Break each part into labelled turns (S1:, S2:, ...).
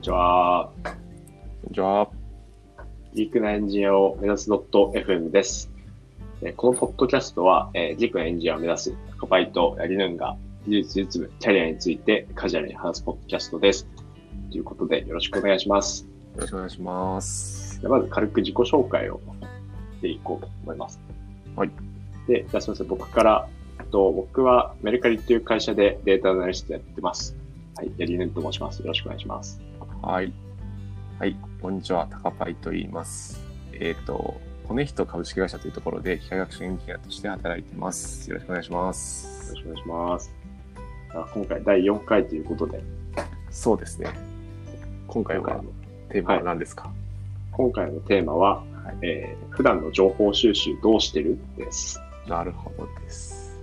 S1: ちは。
S2: こんにちは。
S1: ギークなエンジニアを目指す .fm です。えーこのポッドキャストは、えーギークなエンジニアを目指すカパイとヤリヌンが技術、実務、キャリアについてカジュアルに話すポッドキャストです。ということでよろしくお願いします。
S2: よろしくお願いします。
S1: じゃあまず軽く自己紹介をしていこうと思います。
S2: はい。
S1: で、じゃあすみません、僕から、えっと僕はメルカリという会社でデータアナリストやってます。はい、ヤリヌンと申します。よろしくお願いします。
S2: はい。はい、こんにちは。タカパイと言います。えっ、と、コネヒト株式会社というところで機械学習エンジニアとして働いてます。よろしくお願いしま
S1: よ
S2: す
S1: ろ。しくお願いします。あ今回第4回ということで、
S2: そうですね。今回
S1: 今回
S2: は
S1: の
S2: テーマは何ですか、
S1: 今回のテーマは、
S2: はい
S1: えー普段の情報収集どうしてるです。
S2: なるほどです。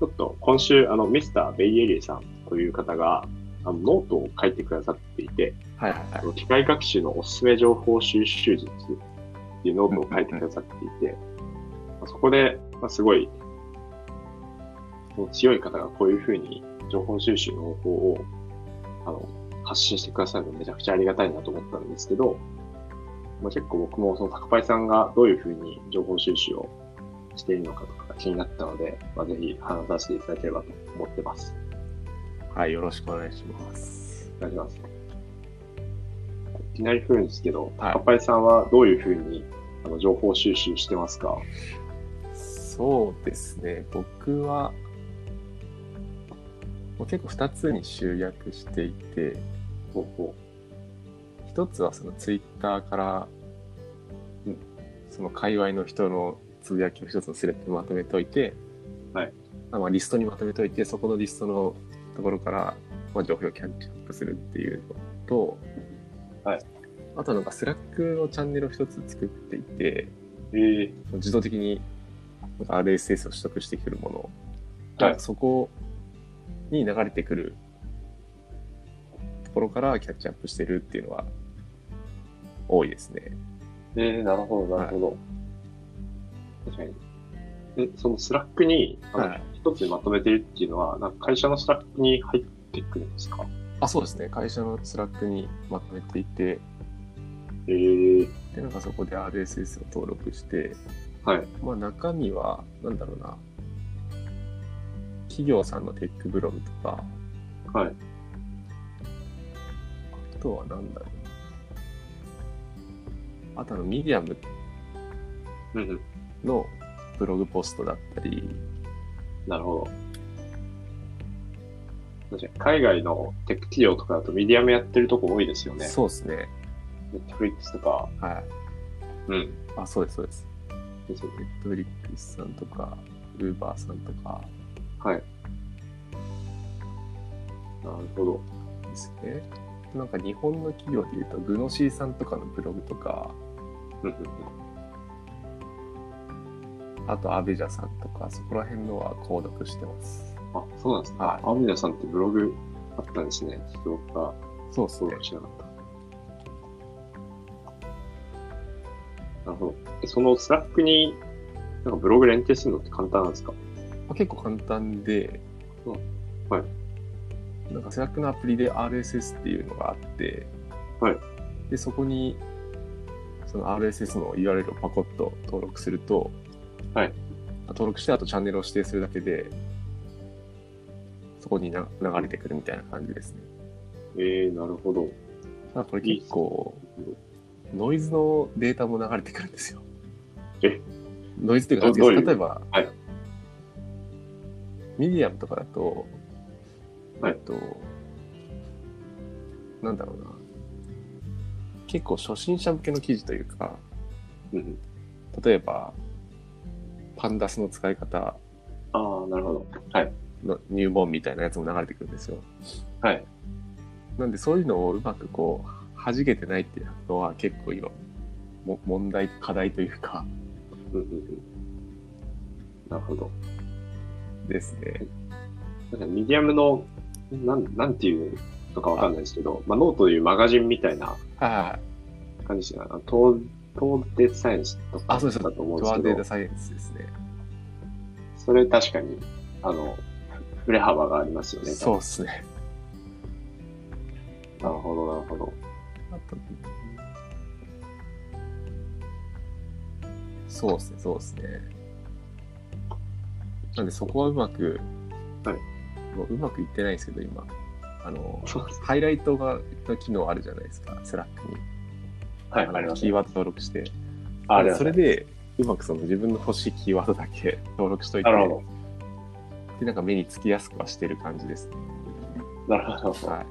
S1: ちょっと今週、あの、ミスター・ベイエリーさんという方が、あのノートを書いてくださっていて、
S2: はいはいは
S1: あの機械学習のおすすめ情報収集術っていうノートを書いてくださっていて、まあそこで、まあ、すごい、その強い方がこういうふうに情報収集の方法をあの発信してくださるのめちゃくちゃありがたいなと思ったんですけど、まあ、結構僕もその高パイさんがどういうふうに情報収集をしているのかとかが気になったので、まあ、ぜひ話させていただければと思ってます。
S2: い。はい、よろしくお願いします。
S1: お願いします。いきなり振るんですけど、
S2: はい
S1: 高パイさんはどういうふうにあの情報収集してますか
S2: そうですね。僕は、もう結構2つに集約していて、
S1: ほうほ
S2: 一つはそのツイッターから、
S1: うん
S2: その界隈の人のつぶやきを一つのスレッドにまとめておいて、
S1: はい
S2: まあまあリストにまとめておいてそこのリストのところからまあ情報をキャッチアップするっていうのと、
S1: はい
S2: あとはなんかスラックのチャンネルを一つ作っていて
S1: う。ええ
S2: 自動的になんか RSS を取得してくるもの
S1: はい
S2: そこに流れてくるところからキャッチアップしてるっていうのは多いですね。
S1: ええなるほど、なるほど。確かに。え、そのスラックに、あの
S2: はい
S1: 一つにまとめてるっていうのは、なんか会社のスラックに入ってくるんですか
S2: あ、そうですね。会社のスラックにまとめていて、
S1: ええ
S2: で、なんかそこで RSS を登録して、
S1: はい。
S2: まあ中身は、なんだろうな、企業さんのテックブログとか、
S1: はい。
S2: あとはなんだろうな。あとあの、ミディアム
S1: うんうん。
S2: のブログポストだったり、
S1: なるほど。確かに海外のテック企業とかだとミディアムやってるとこ多いですよね。
S2: そうですね。
S1: ネットフリックスとか。
S2: はい。
S1: うん。
S2: あ、そうです、そうです。
S1: ですよね。
S2: ネットフリックスさんとか、ウーバーさんとか
S1: はい。なるほど。
S2: ですね。なんか日本の企業でいうと、グノシーさんとかのブログとか、
S1: うんうんうん
S2: あとアベジャさんとか、そこら辺のは購読してます。
S1: あ、そうなんですね。
S2: は
S1: アミナさんってブログあったんですね。ちょっと僕は
S2: そうで
S1: そ
S2: す
S1: う
S2: ね
S1: か。知らなかった。なるほど。えそのスラックに、なんかブログ連携するのって簡単なんですか
S2: まあ、結構簡単で、
S1: うんは
S2: なんかスラックのアプリで RSS っていうのがあって、
S1: はい
S2: でそこにその RSS の URL をパコッと登録すると、
S1: はい
S2: 登録してあとチャンネルを指定するだけでそこにな流れてくるみたいな感じですね。
S1: ええー、なるほど。
S2: ただこれ結構ノイズのデータも流れてくるんですよ。
S1: え
S2: ノイズというか、
S1: どどういう
S2: 例えば、
S1: はい
S2: ミディアムとかだと、
S1: はい
S2: えっと、なんだろうな、結構初心者向けの記事というか、
S1: うんうん、
S2: 例えば、パンダスの使い方
S1: ああ、なるほど。はい。
S2: の入門みたいなやつも流れてくるんですよ。
S1: はい。
S2: なんでそういうのをうまくこう、弾けてないっていうのは結構今、も問題、課題というか、
S1: うんうんうん、なるほど。
S2: ですね。
S1: なんかミディアムの、なん、なんていうのかわかんないですけど、まあ、ノートというマガジンみたいな
S2: はい。
S1: 感じですよね。トー、トーデサイエンスとか
S2: あそうです
S1: だと思うん
S2: トア
S1: ですけ
S2: データ
S1: ど、
S2: サイエンスですね。
S1: それ確かに、あの、振れ幅がありますよね。
S2: そうですね。
S1: なるほど、なるほど。
S2: そうですね、そうですね。なんでそこはうまく、
S1: はい
S2: もううまくいってないんですけど、今。あの、
S1: そうです
S2: ハイライトが、の機能あるじゃないですか、スラックに。
S1: はい、
S2: あ
S1: あり
S2: の
S1: ま
S2: キ
S1: し
S2: ーワード登録して。
S1: た。ありまし
S2: そ
S1: た
S2: れで、うまくその自分の欲しいキーワードだけ登録しといて、
S1: なるほ
S2: で、なんか目につきやすくはしてる感じですね。
S1: ど。なるほど。
S2: は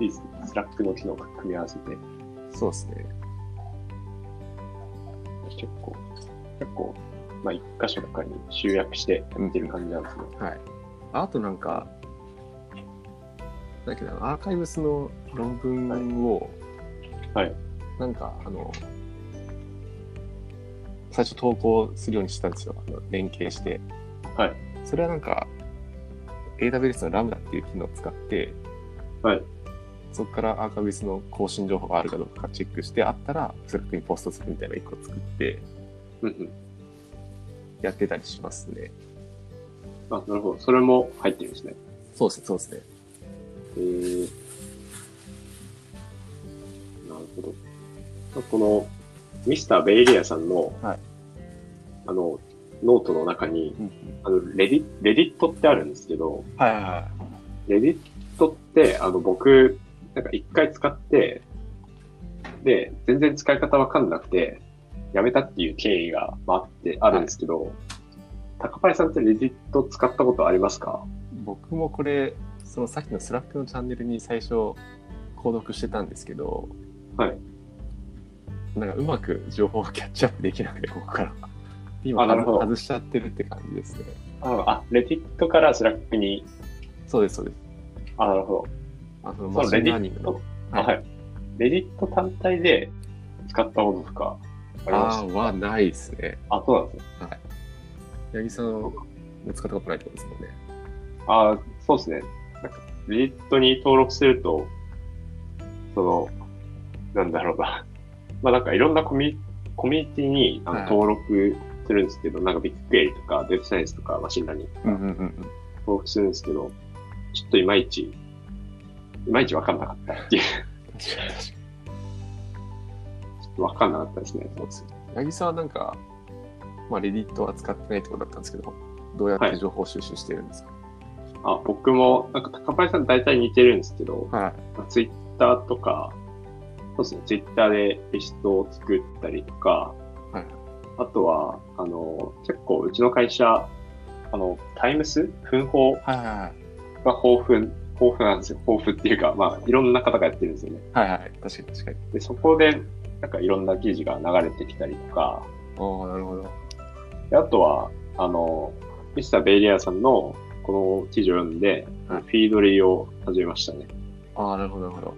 S2: い。
S1: いいですね。スラックの機能が組み合わせて、
S2: そうですね。
S1: 結構、結構、まあ、一箇所とかに集約してやってる感じなんですね。
S2: はい。ああとなんか、だけどアーカイブスの論文を、
S1: はいはい
S2: なんか、あの、最初投稿するようにしたんですよ。あの連携して。
S1: はい。
S2: それはなんか、AWS のラムダっていう機能を使って、
S1: はい。
S2: そこからアーカイブスの更新情報があるかどうかチェックして、あったら、スラックにポストするみたいな一個作って、
S1: うんうん。
S2: やってたりしますね。
S1: あ、なるほど。それも入ってるんですね。
S2: そうですね、そうですね。
S1: えー、なるほど。まあこの、ミスターベイリアさんの、
S2: はい
S1: あの、ノートの中に、
S2: うん。
S1: あの、レディ、レディットってあるんですけど、
S2: はいはいはい。
S1: レディットって、あの、僕、なんか一回使って、で、全然使い方わかんなくて、やめたっていう経緯が、まあ、あって、あるんですけど、高パイさんってレディット使ったことありますか
S2: 僕もこれそのさっきのスラックのチャンネルに最初購読してたんですけど
S1: はい
S2: なんかうまく情報をキャッチアップできなくてこ こから今
S1: あなるほど
S2: 外外しちゃってるって感じですね
S1: ああ、レディットからスラックに、
S2: そうですそうです
S1: あ、なるほど。
S2: あの
S1: そ
S2: マ
S1: う、
S2: シ
S1: レ
S2: ン
S1: デ
S2: ラ
S1: ィ
S2: ーニン
S1: ッ
S2: グ
S1: ト
S2: の、
S1: あはい。レディット単体で使ったものとかありま
S2: あ
S1: し
S2: ーはないですね
S1: たあそうなんですね。
S2: 八木さんは使ったことないってことですもんね
S1: あーそうですね。なんか、レディットに登録すると、その、なんだろうな。 まあなんかいろんなコミュニコミュニティにあの
S2: はい
S1: 登録するんですけど、なんかビッグクエリとかデータサイエンスとかマシンラーニングとか
S2: うんうん
S1: 登録するんですけど、ちょっといまいち、いまいちわかんなかったっていう、ち
S2: 確かに確かに
S1: ょっとわかんなかったですね。
S2: そうです八木さんはなんか、まあ、レディットは使ってないってことだったんですけどどうやって情報収集してるんですか
S1: あ、僕も、なんか高林さん大体似てるんですけど、
S2: はい
S1: ツイッターとか、そうですね、ツイッターでリストを作ったりとか、
S2: はい
S1: あとは、あの、結構うちの会社、あの、タイムス奮法が
S2: はいはい
S1: 豊富、豊富なんですよ。豊富っていうか、まあ、いろんな方がやってるんですよね。
S2: はいはい確かに確かに
S1: で、そこで、なんかいろんな記事が流れてきたりとか、
S2: ああ、なるほど。
S1: であとは、あの、ミスターベイリアさんのこの記事を読んで、
S2: はい
S1: フィードリーを始めましたね。
S2: ああ、なるほど、なるほど。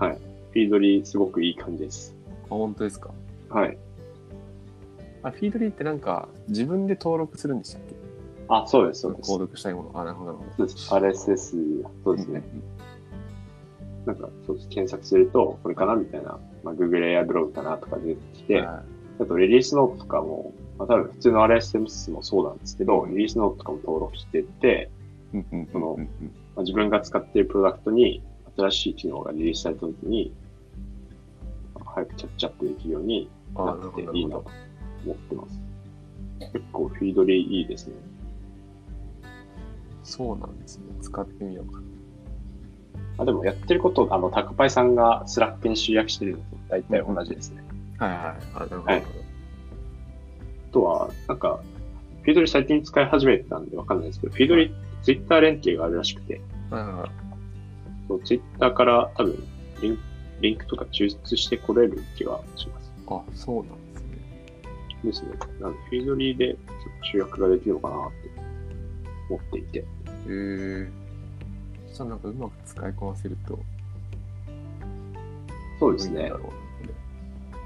S1: フィードリーすごくいい感じです。
S2: あ、本当ですか。
S1: はい。
S2: あ、フィードリーってなんか、自分で登録するんでしたっけ
S1: あ、そうです、そうです
S2: 購。読したいもの。あ、なるほど、なるほど。
S1: そうです。RSS、そうですね。なんか、そうです。検索すると、これかなみたいな。まあ、Google やブログかなとか出てき
S2: うん。
S1: て、あ
S2: は
S1: とリリースノートとかも、まあ、多分普通の RSS もそうなんですけど、リリースノートとかも登録してて、
S2: いうんうん
S1: その
S2: うん
S1: まあ、自分が使っているプロダクトに新しい機能がリリースされたときに、まあ早くキャッチアップできるように
S2: あ
S1: な
S2: あ、なる
S1: っ
S2: ほ
S1: て
S2: ど、ない
S1: い
S2: る
S1: な
S2: ほ
S1: と思ってます。結構フィードリーいいですね。
S2: ど。そうなんですね。使ってみようか。
S1: あでもやってること、あの、タクパイさんがスラックに集約してるのと大体同じですね。
S2: はいはい。あ、なるほど。
S1: はいあとは、なんか、フィードリー最近使い始めてたんでわかんないですけど、フィードリー、ツイッター連携があるらしくて、
S2: はいはいはい。
S1: そうツイッターから多分リンク、リンクとか抽出してこれる気がします。
S2: あ、そうなんですね。
S1: ですね。なので、フィードリーでちょっと集約ができるのかなって思っていて。
S2: へえ。そしたらなんかうまく使いこなせると、
S1: そうですね
S2: だ。ろうね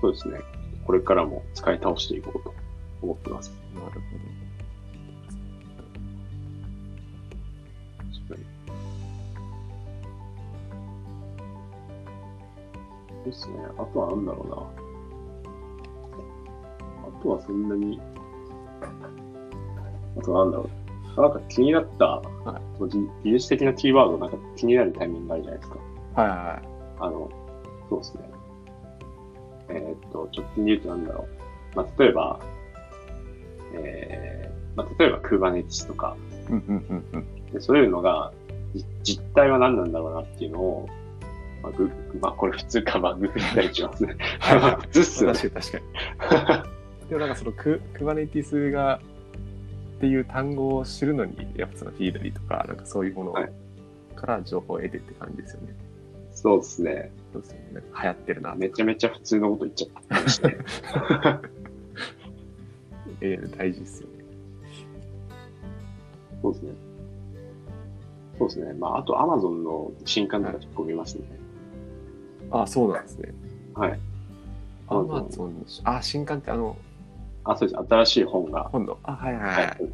S1: そうですね。これからも使い倒していこうと思ってます。
S2: なるほど。
S1: 確かに。ですね。あとはなんだろうな。あとはそんなに。あとはなんだろう。なんか気になった、
S2: い
S1: その技技術的なキーワードなんか気になるタイミングがあるじゃないですか。
S2: はいは
S1: あの、そうですね。えーっと、直近で言うとなんだろう。まあ、例えば、えー、まあ、例えば Kubernetes とか、
S2: い。うんうんうんうん。
S1: でそういうのが、じ実態は何なんだろうなっていうのを、まあ、ぐまあ、これ普通か、まあ、ググったりしますね。普通っすね
S2: 確。かに確かに。 でもなんかそのク、クバネティスが、っていう単語を知るのに、やっぱそのフィードリーとか、なんかそういうもの
S1: はい
S2: から情報を得てって感じですよね。
S1: そうですね。
S2: そうですよね。なんか流行ってるな。
S1: めちゃめちゃ普通のこと言っちゃったりして。
S2: えー大事ですよね。
S1: そうですね。そうですね。まあ、あと Amazon の新刊とか結構見ますね。
S2: あ、そうなんですね。
S1: はい。
S2: アマゾンの、あ、新刊ってあの、
S1: あ、そうです。新しい本が。
S2: 今度。あ、はいはい
S1: は
S2: はい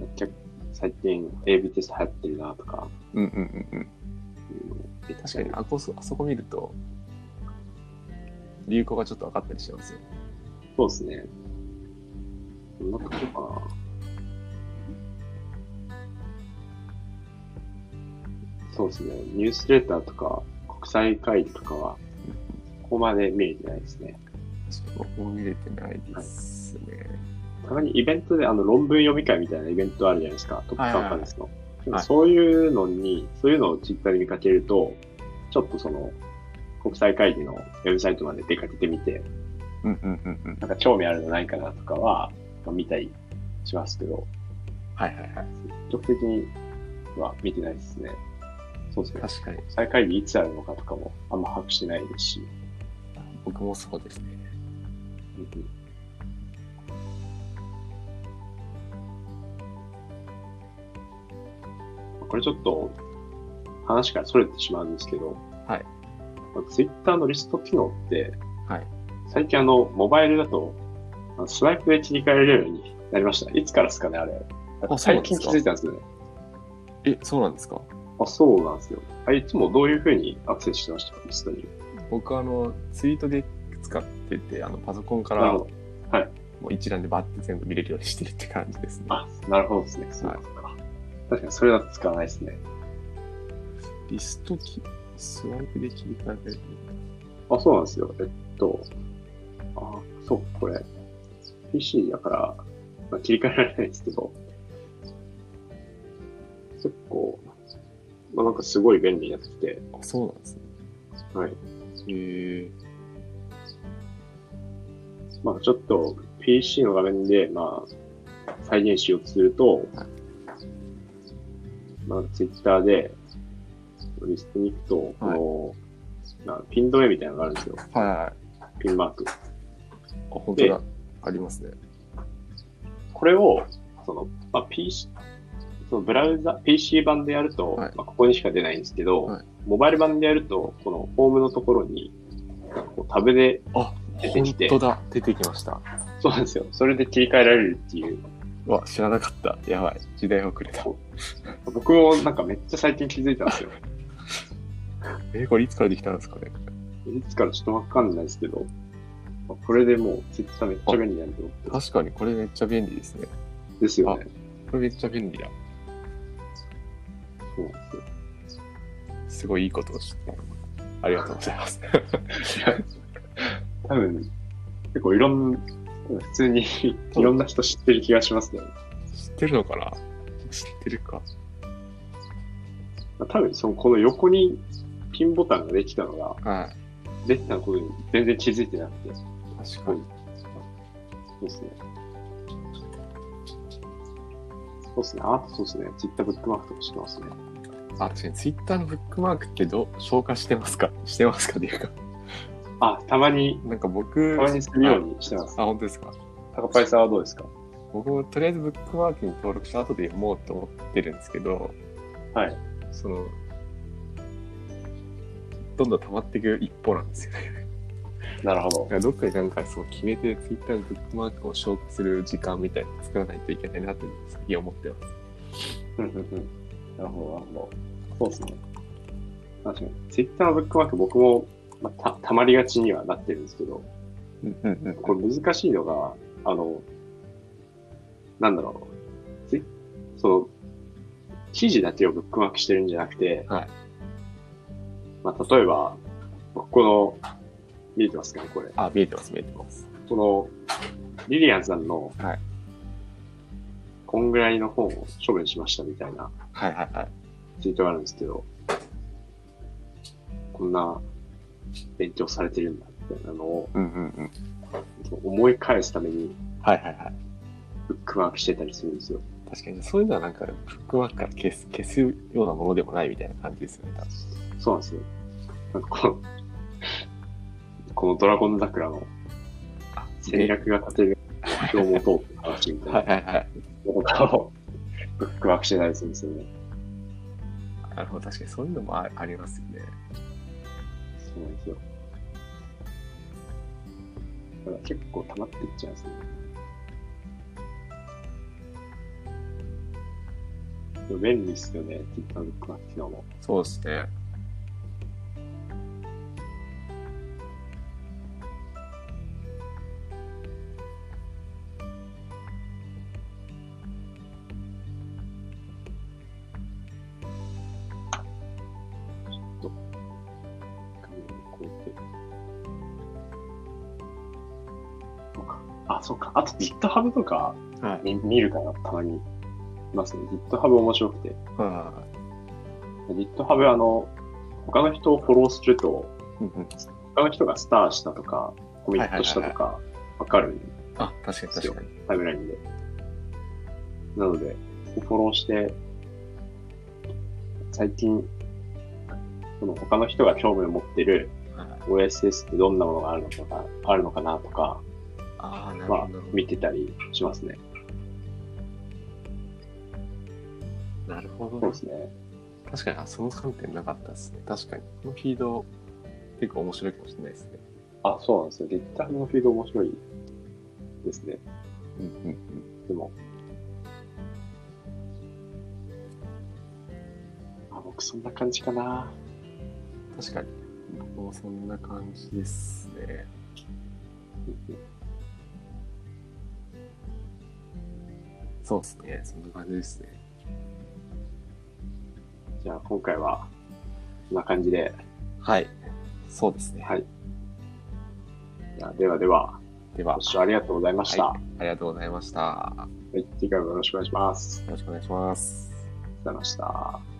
S2: い。。
S1: 結構最近 AB テスト流行ってるなとか。
S2: うんうんうんうん。確かに、
S1: あ
S2: あこそあそこ見ると、流行がちょっと分かったりしますよ。
S1: そうですね。どんなとこかな。そうですね。ニュースレターとか国際会議とかは、ここまで見えてないですね。
S2: 確かに、もう見れてないですね。
S1: たまにイベントであの論文読み会みたいなイベントあるじゃないですか。トップ
S2: はいはい
S1: カンファ
S2: はい
S1: レンスの。でも
S2: はい
S1: そういうのに、そういうのをツイッターで見かけると、ちょっとその、国際会議のウェブサイトまで出かけてみて、
S2: うんうんうんうん。
S1: なんか興味あるのないかなとかは、まあ、見たりしますけど、
S2: はいはいはい。
S1: 積極的には見てないですね。そうですね。
S2: 確かに、
S1: 国際会議いつあるのかとかもあんま把握してないですし。
S2: 僕もそうですね。
S1: うんうんこれちょっと話から逸れてしまうんですけど、
S2: はい。
S1: ツイッターのリスト機能って、
S2: はい。
S1: 最近あの、モバイルだと、あのスワイプで切り替えれるようになりました。いつからですかね、あれ。
S2: あそう
S1: 最
S2: なんで
S1: 近
S2: すか
S1: 気づいたんですよね。
S2: え、そうなんですか
S1: あ、そうなんですよ。あいつもどういうふうにアクセスしてましたか、リストに。
S2: 僕あの、ツイートで使ってて、あの、パソコンか
S1: な
S2: ら、
S1: るほ
S2: も
S1: ど
S2: う一覧でバッて全部見れるようにしてるって感じですね。
S1: あ、なるほどですね。そうかそうか。確かにそれだと使わないですね。
S2: リストき、スワイプで切り替えられる。
S1: あ、そうなんですよ。えっと、あ、そう、これ、PC だから、まあ、切り替えられないですけど、結構、まあ、なんかすごい便利になってきて、
S2: あ、そうなんですね。
S1: はい。
S2: へえ。
S1: まあちょっと PC の画面で、まあ、再現しようとすると、まあ Twitter で、リストに行くと、
S2: はい
S1: この、まあ、ピン止めみたいなのがあるんですよ。
S2: はいはいはい。あ、
S1: ピンマーク。
S2: 本当だ。ありますね。
S1: これを、その、まあ、PC、そのブラウザ、PC 版でやると、
S2: はい
S1: まあ、ここにしか出ないんですけど、
S2: はい
S1: モバイル版でやると、このホームのところに、なんかこうタブで、
S2: あ、
S1: 出てき
S2: 本
S1: て
S2: 当だ。出てきました。
S1: そうなんですよ。それで切り替えられるっていう。
S2: うわ、知らなかった。やばい。時代遅れた。
S1: 僕もなんかめっちゃ最近気づいたんですよ。
S2: え、これいつからできたんですかね。
S1: いつからちょっとわかんないですけど、まあこれでもう、ツイッターめっちゃ便利なんで、
S2: 確かに、これめっちゃ便利ですね。
S1: ですよね。
S2: これめっちゃ便利だ。
S1: そうなんですよ。
S2: すごいいいことを知って。ありがとうございます。
S1: 多分、結構いろんな、普通にいろんな人知ってる気がしますね。
S2: 知ってるのかな知ってるか。
S1: まあ、多分そのこの横にピンボタンができたのが、
S2: は
S1: できたことに全然気づいてなくて、
S2: い。確かに。
S1: そうですね。そうですね。あとそうですね。ツイッターブックマークとかしてますね。
S2: あ、確かに、ツイッターのブックマークってどう、消化してますか してますかっていうか。
S1: あ、たまに、
S2: なん
S1: た
S2: か僕、
S1: まにするようにしてます。
S2: あ、本当ですか。
S1: タカパイさんはどうですか
S2: 僕もとりあえずブックマークに登録した後で読もうと思ってるんですけど、
S1: はい。
S2: その、どんどん溜まっていく一方なんですよね。
S1: なるほど
S2: だか。らどっかになんかそう決めて、ツイッターのブックマークを消化する時間みたいなの作らないといけないなって最近思ってます。
S1: うんうんうんなるほど、なるほど。そうですね。確かに。ツイッターのブックマーク僕も、まあ、た、たまりがちにはなってるんですけど、
S2: うんうんうん。
S1: これ難しいのが、あの、なんだろう、ツイその、記事だけをブックマークしてるんじゃなくて、
S2: はい
S1: まあ、例えば、ここの、見えてますかね、これ。
S2: あ、見えてます、見えてます。
S1: この、リリアンさんの、
S2: はい
S1: こんぐらいの本を処分しましたみたいな
S2: はいはいはい。
S1: ツイートがあるんですけど、こんな勉強されてるんだ、みたいなのを
S2: うんうんうん。
S1: 思い返すために、
S2: はいはいはい。
S1: ブックマークしてたりするんですよ。
S2: 確かに、そういうのはなんか、ブックマークから消す、消すようなものでもないみたいな感じですよね、多分
S1: そうなんですよ。なんかこの、このドラゴン桜の戦略が立てる目標を持とうって話みたい
S2: は
S1: ない
S2: はいはい。
S1: ことをブックマークしてたりするんですよね。
S2: なるほど、確かにそういうのもあありますよね。
S1: そうなんですよ。だから結構溜まっていっちゃうんですね。でも便利ですよね、TikTok ブックマーク機能も。
S2: そうですね。
S1: こうやってそうかあ、そうか。あと GitHub とか
S2: はい。
S1: 見見るかな、たまに。いますね。GitHub 面白くて。
S2: は
S1: GitHub あの、他の人をフォローすると、
S2: い。うんうん
S1: 他の人がスターしたとか、コミットしたとか、わかるんで、
S2: あ、確かに確かに。
S1: タイムラインで。なので、フォローして、最近、その他の人が興味を持ってる
S2: はい
S1: OSS ってどんなものがあるのかなあるのかなとか、
S2: ああ、なる
S1: まあ
S2: ほど。、
S1: 見てたりしますね。
S2: なるほ
S1: そう
S2: ど
S1: で。すね。
S2: 確かに、あその観点なかったですね。確かに。このフィード、結構面白いかもしれないですね。
S1: あ、そうなんですよ。GitHub のフィード面白いですね。
S2: うんうんうん。
S1: でも。あ、僕そんな感じかな。
S2: 確かに。僕もそんな感じですね。そうですね。そんな感じですね。
S1: じゃあ今回は、こんな感じで。
S2: はい。そうですね。
S1: はいじゃあではでは、
S2: では
S1: ご、視聴ありがとうございました。
S2: は
S1: はい
S2: ありがとうございました。よ
S1: い、次回もよろしくお願いします。ありがとう
S2: ろしくお願いします。
S1: ございました。